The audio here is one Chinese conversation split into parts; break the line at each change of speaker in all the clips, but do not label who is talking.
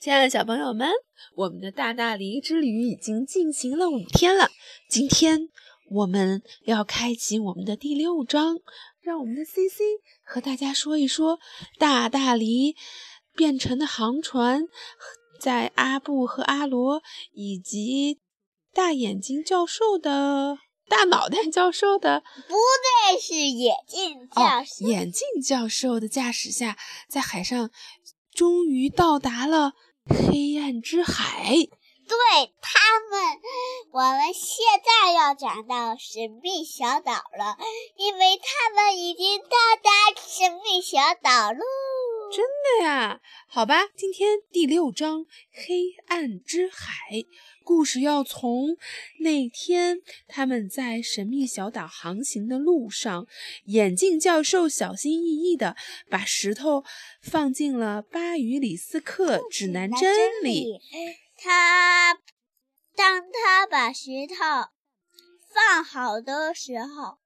亲爱的小朋友们，我们的大大梨之旅已经进行了五天了。今天我们要开启我们的第六章，让我们的 C C 和大家说一说大大梨变成的航船，在阿布和阿罗以及大眼睛教授的大脑袋教授的
这是眼镜教
哦，
室，
眼镜教授的驾驶下，在海上终于到达了黑暗之海。
对他们，我们现在要讲到神秘小岛了，因为他们已经到达神秘小岛喽。
对呀，好吧，今天第六章《黑暗之海》故事要从那天他们在神秘小岛航行的路上，眼镜教授小心翼翼地把石头放进了巴于里斯克指南针里。
他当他把石头放好的时候，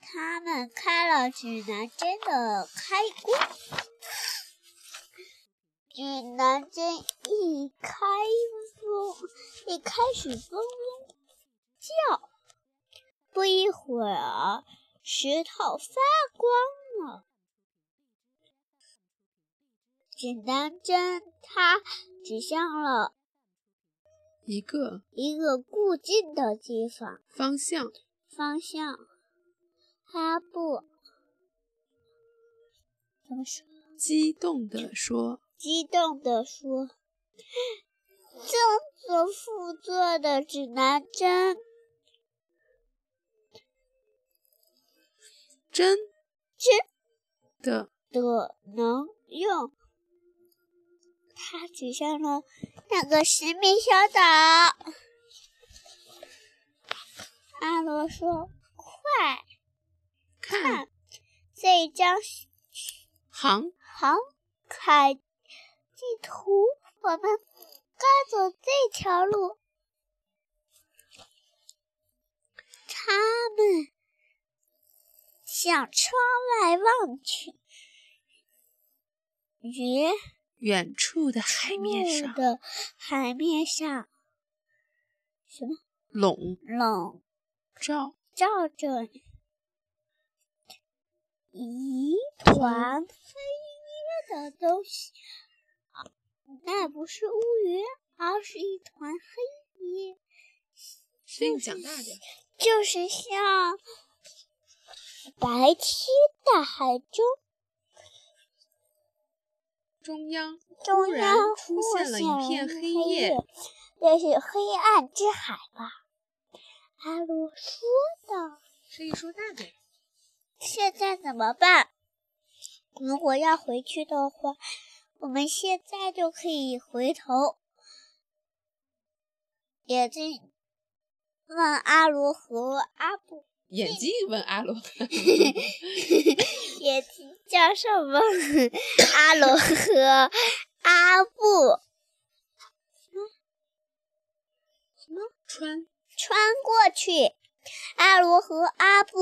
他们开了指南针的开关。指南针一开风，一开始嗡嗡叫，不一会儿，石头发光了。指南针它指向了
一个
一个固定的地方
方向，
方向。阿布怎么说？
激动地说
激动地说：“正着副座的指南针：“
真
真
的
的能用。”它指向了那个神秘小岛。阿罗说：“快
看
看，这张
航
航海地图，我们该走这条路。他们向窗外望去，远
远处的海面
处
上
的海面上
笼
笼
罩
罩着一团飞跃的东西，那不是乌云，而是一团黑烟，
声音讲大点。
就是像白天的海中
中央忽
中
然
央
出
忽
现了一片黑
黑
夜，，
这是黑暗之海吧？阿鲁说道。
声音说大点。
现在怎么办？如果要回去的话，我们现在就可以回头。眼睛问阿罗和阿布，
眼睛问阿罗，
眼睛教授问阿罗和阿布
穿
穿过去。阿罗和阿布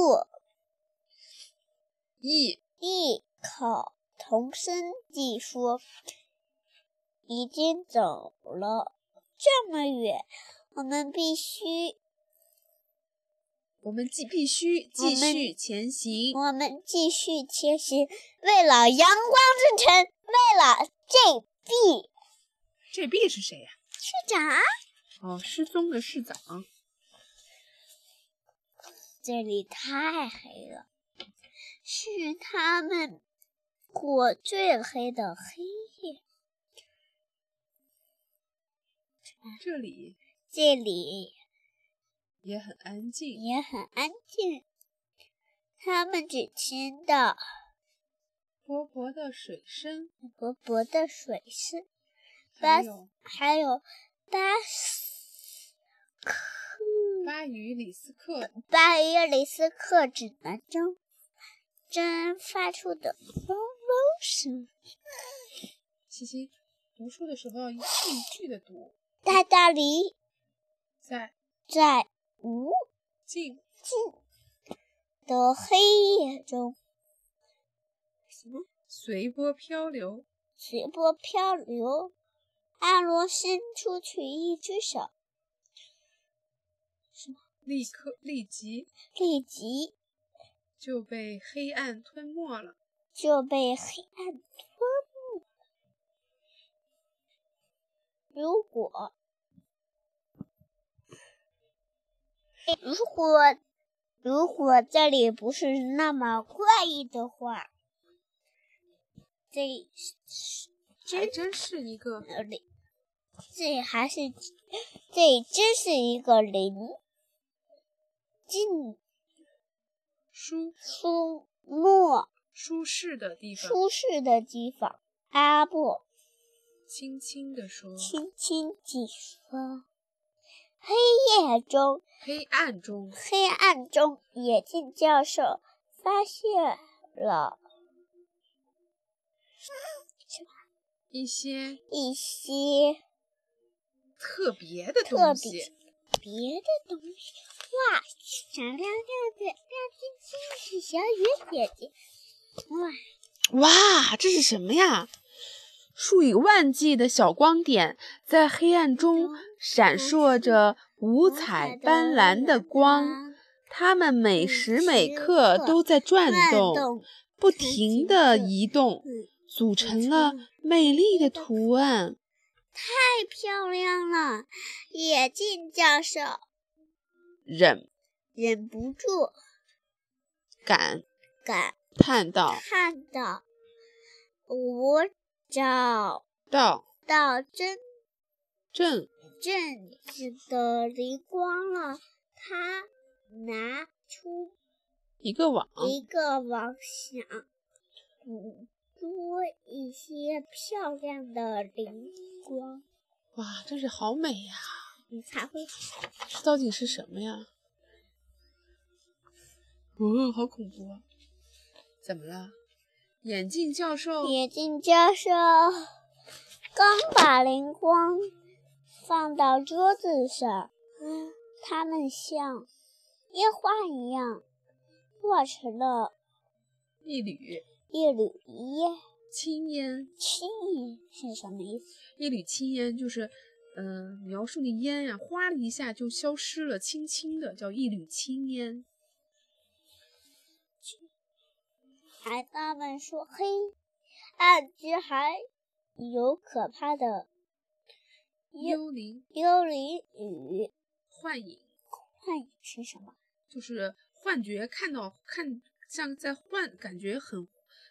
一
异口同声地说：“已经走了这么远，我们必须，
我们继必须继续前行。
我们继续前行，为了阳光之城，为了 JB
这 B 是谁呀、
市长。
哦，失踪的市长。
这里太黑了，是他们过最黑的黑夜。
这里
这里
也很安静，
也很安静，他们只听到。”
薄薄的水声，
薄薄的水声，
还有
还有巴斯
巴于里斯克
巴耶雷斯克指南针针发出的嗡嗡声。
西西读书的时候要一句一句的读，
大大梨
在
在无
静
尽的黑夜中什么
随波漂流。
随波漂流。阿罗伸出去一只手，
立刻立即
立即
就被黑暗吞没了。
就被黑暗吞没。如果如果如果这里不是那么怪异的话，这是
还真是一个
呃灵，这还是这真是一个灵静
舒
出没
舒适的地方，
舒适的地方。阿布
轻轻地说：“
轻轻地说：“黑夜中，
黑暗中，
黑暗中，野径教授发现了
一些
一些
特别的
特
东
别
西。
别的东西。哇，闪亮亮的、亮晶晶的小雨姐姐，哇，
哇，这是什么呀？数以万计的小光点在黑暗中
中
闪烁着五彩斑斓的光，它们每时每刻都在转
乱
动，
动，
不停地移动，
嗯，
组成了美丽的图案。
太漂亮了！野径教授
忍
忍不住
感
感
叹道
叹道：“我找
道
到真
正
正直的灵光了。”他拿出
一个网，
一个王想捕捉一些漂亮的灵光，
哇，真是好美呀！
你才会
这到底是什么呀？哦，好恐怖啊！怎么了？眼镜教授
眼镜教授刚把灵光放到桌子上，它们像烟花一样化成了
一缕
一缕烟。
青烟，
青烟是什么意思？
一缕青烟就是，嗯、描述那烟呀、哗的一下就消失了，轻轻的，叫一缕青烟。
孩子们说：“嘿，暗之还有可怕的
幽灵
幽灵雨。
幻影
幻影是什么？
就是幻觉，看到看像在幻，感觉很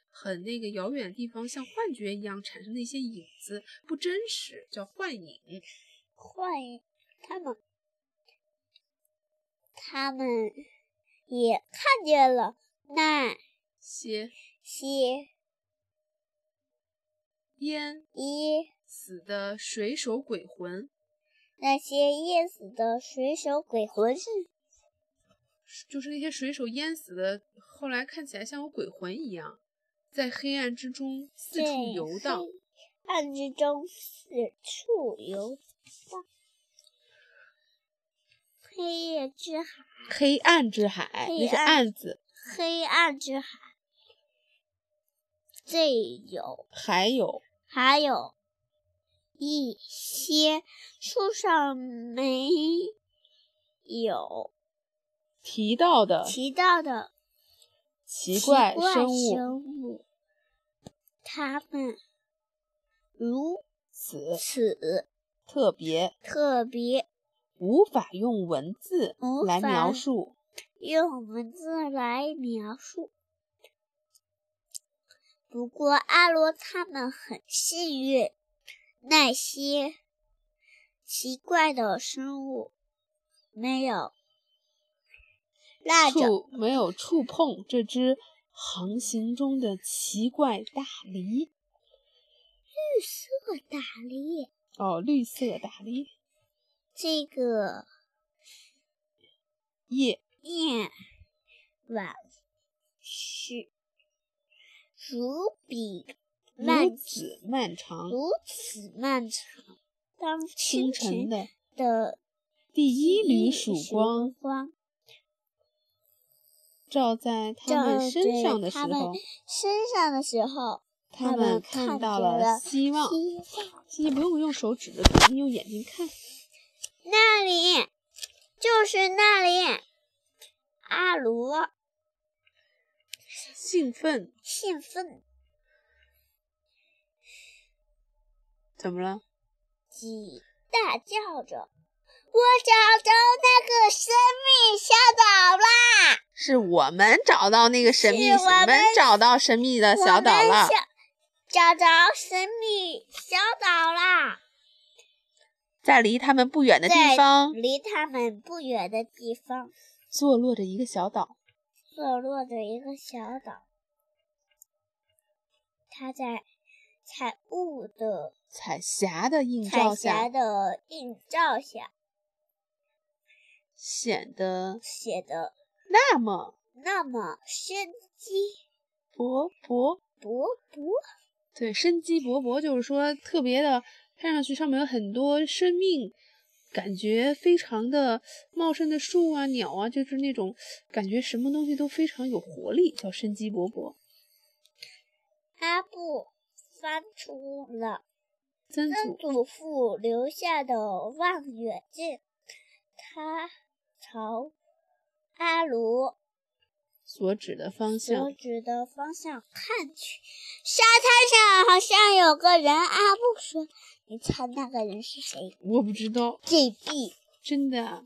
很那个遥远的地方，像幻觉一样产生的一些影子，不真实，叫幻影。
幻影，他们，他们也看见了那
些
些
淹
一
死的水手鬼魂，
那些淹死的水手鬼魂是
就是那些水手淹死的，后来看起来像有鬼魂一样，在黑暗之中四
在
处游荡。
黑暗之中四处游荡。黑夜之海，
黑暗之海，
黑
那是
暗
暗字，
黑暗之海，最有
还有
还有一些书上没有
提到的
提到的
奇怪
怪
生物，
生物，它们如
此
此
特别
特别，
无法用文字
无
来
法
描述。
用文字来描述。不过阿罗他们很幸运，那些奇怪的生物没有蜡着
触没有触碰这只航行中的奇怪大梨
绿色大梨。
哦，绿色大梨
这个
叶
夜晚是如彼
如
漫
此漫长，
如此漫长。当
清
清
晨
晨
的
的
第一缕
一
曙
束
光，
光
照在他
照
们身
对
上的时
他们
候，
身上的时候，
他
他
们
们
看
看
到
见
了
了
希望。
咦
你不用用手指着看，你用眼睛看。
那里就是那里，阿罗
兴奋，
兴奋
怎么了？
地大叫着：“我找着那个神秘小岛啦！”
是我们找到那个神秘，
是我们
们找到神秘的
我
小岛
们
了
小。找着神秘小岛啦，
在离他们不远的地
在
方，
离他们不远的地方
坐落着一个小岛。
坐落着一个小岛，它在彩雾的
彩霞的映
彩
照
霞
下，
的映照下
显得
写的
那么
那么生机
勃勃。
勃勃。
对，生机勃勃，就是说特别的，看上去上面有很多生命，感觉非常的茂盛的树啊、鸟啊，就是那种感觉什么东西都非常有活力，叫生机勃勃。
阿布翻出了
曾
曾
祖
祖父留下的望远镜，他朝阿卢
所指的方
所
向，
指的方向看去。沙滩上好像有个人。阿布说：“你猜那个人是谁
我不知道，
？”GB，
真的啊，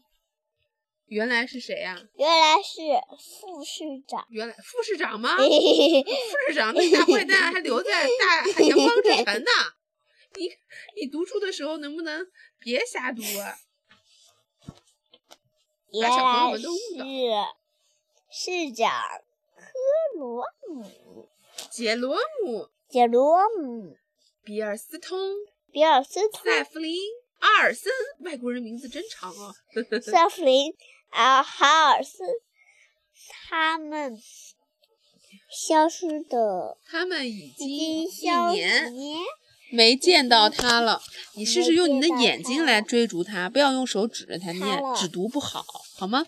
原来是谁呀、
原来是副市长。
原来副市长吗？
嘿嘿嘿
副市长那大坏蛋还留在大阳光之城呢。你你读书的时候能不能别瞎读啊？
原
小朋友
来
们
是
都误导
市长科罗姆、
杰罗姆、
杰罗姆、
比尔斯通、
比尔斯通、
塞弗林、阿尔森，外国人名字真长啊。
瑟弗林、啊哈尔斯，他们消失的
他们已经
已经
一
消
年
年
没见到他了，你试试用你的
没见到
眼睛来追逐他，不要用手指着他，你也
他了
只读不好，好吗？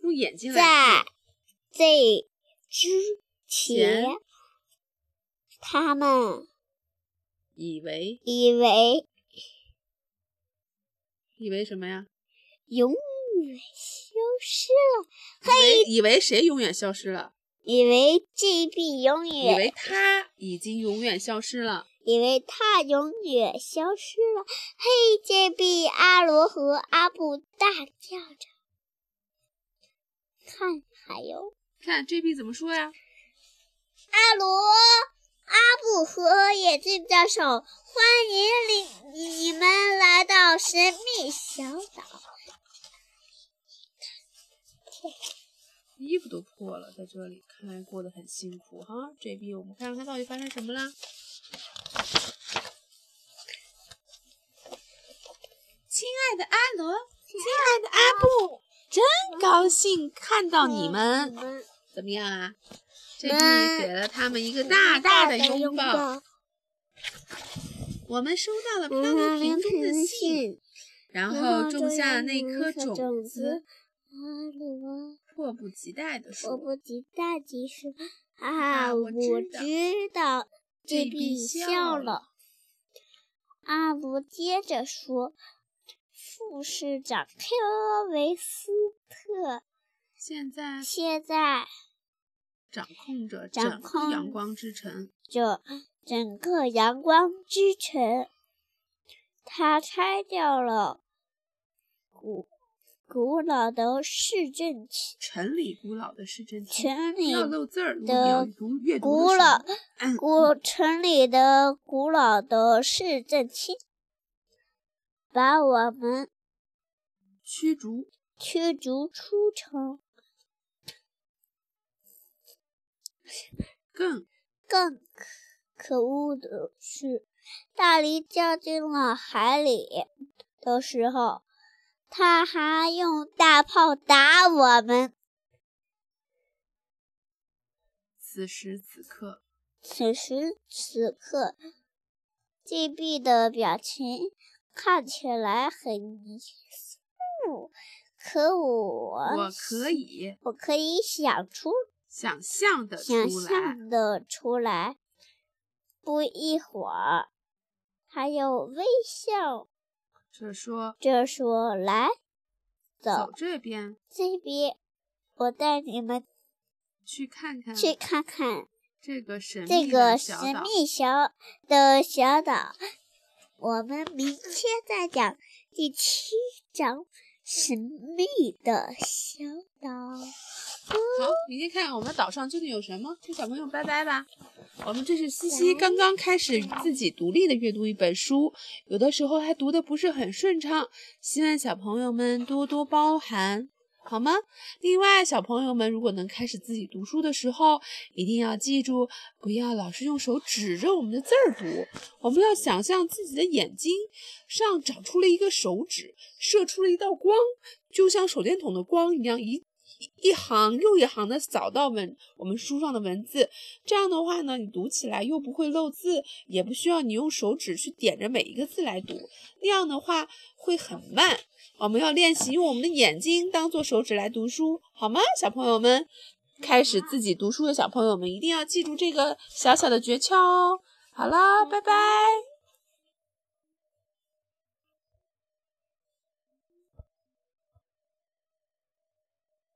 用眼睛来
在
看。
这之前
前，
他们
以为
以为
以为什么呀？
永远消失了，
以为以为谁永远消失了？
以为 GB 永
以
远
为他已经永远消失了。
以为他永远消失了。嘿，JB 阿罗和阿布大叫着：“看海哟！”
看 JB 怎么说呀？
阿罗、阿布和眼镜教授，欢迎你你们来到神秘小岛。
衣服都破了，在这里看来过得很辛苦哈。JB，我们看看他到底发生什么啦？亲爱的阿罗，亲爱的阿布，真高兴看到你们，
们
嗯怎么样啊？JB
嗯
给了他们一个大大的拥抱。，嗯我们收到了漂流
嗯
瓶中的信，，然后种下了那颗种子，。
阿罗，
迫不及待地
啊我
说
不及待及时
啊
啊！
我
我
知
知道
，JB
，JB
笑
笑
了
了。阿罗接着说：“副市长科维斯特。”：“
现在
现在
掌控着
掌
整个阳
控
光之城。”
这整个阳光之城，他拆掉了古古老的市政区，
城里古老的市政区，
城
不
里
要漏字儿。如果你要读阅读的
古
时候
老
嗯
古城里的古老的市政区，把我们
驱逐
驱逐出城，
更
更可可恶的是，大梨掉进了海里的时候，他还用大炮打我们。
此时此刻，
此时此刻，GB 的表情看起来很严肃，可我
我可以
我可以想出
想象的
想
呃出来。
象的出来。不一会儿，他又微笑
就是说，
着说：“来，
走
走
这边
这边，我带你们
去看看
去看看
这个嗯神
这
秘
个
的
神
小岛。
秘小的小岛。我们明天再讲第七章神秘的小岛。
好，明天看看我们岛上究竟有什么。跟小朋友拜拜吧。我们这是西西刚刚开始自己独立的阅读一本书，有的时候还读的不是很顺畅，希望小朋友们多多包涵。好吗？另外，小朋友们如果能开始自己读书的时候，一定要记住，不要老是用手指着我们的字儿读。我们要想象自己的眼睛上长出了一个手指，射出了一道光，就像手电筒的光一样，一一一行又一行的扫到文我们书上的文字。这样的话呢，你读起来又不会漏字，也不需要你用手指去点着每一个字来读。那样的话会很慢。我们要练习用我们的眼睛当做手指来读书，好吗，小朋友们？开始自己读书的小朋友们一定要记住这个小小的诀窍哦。好啦，拜拜。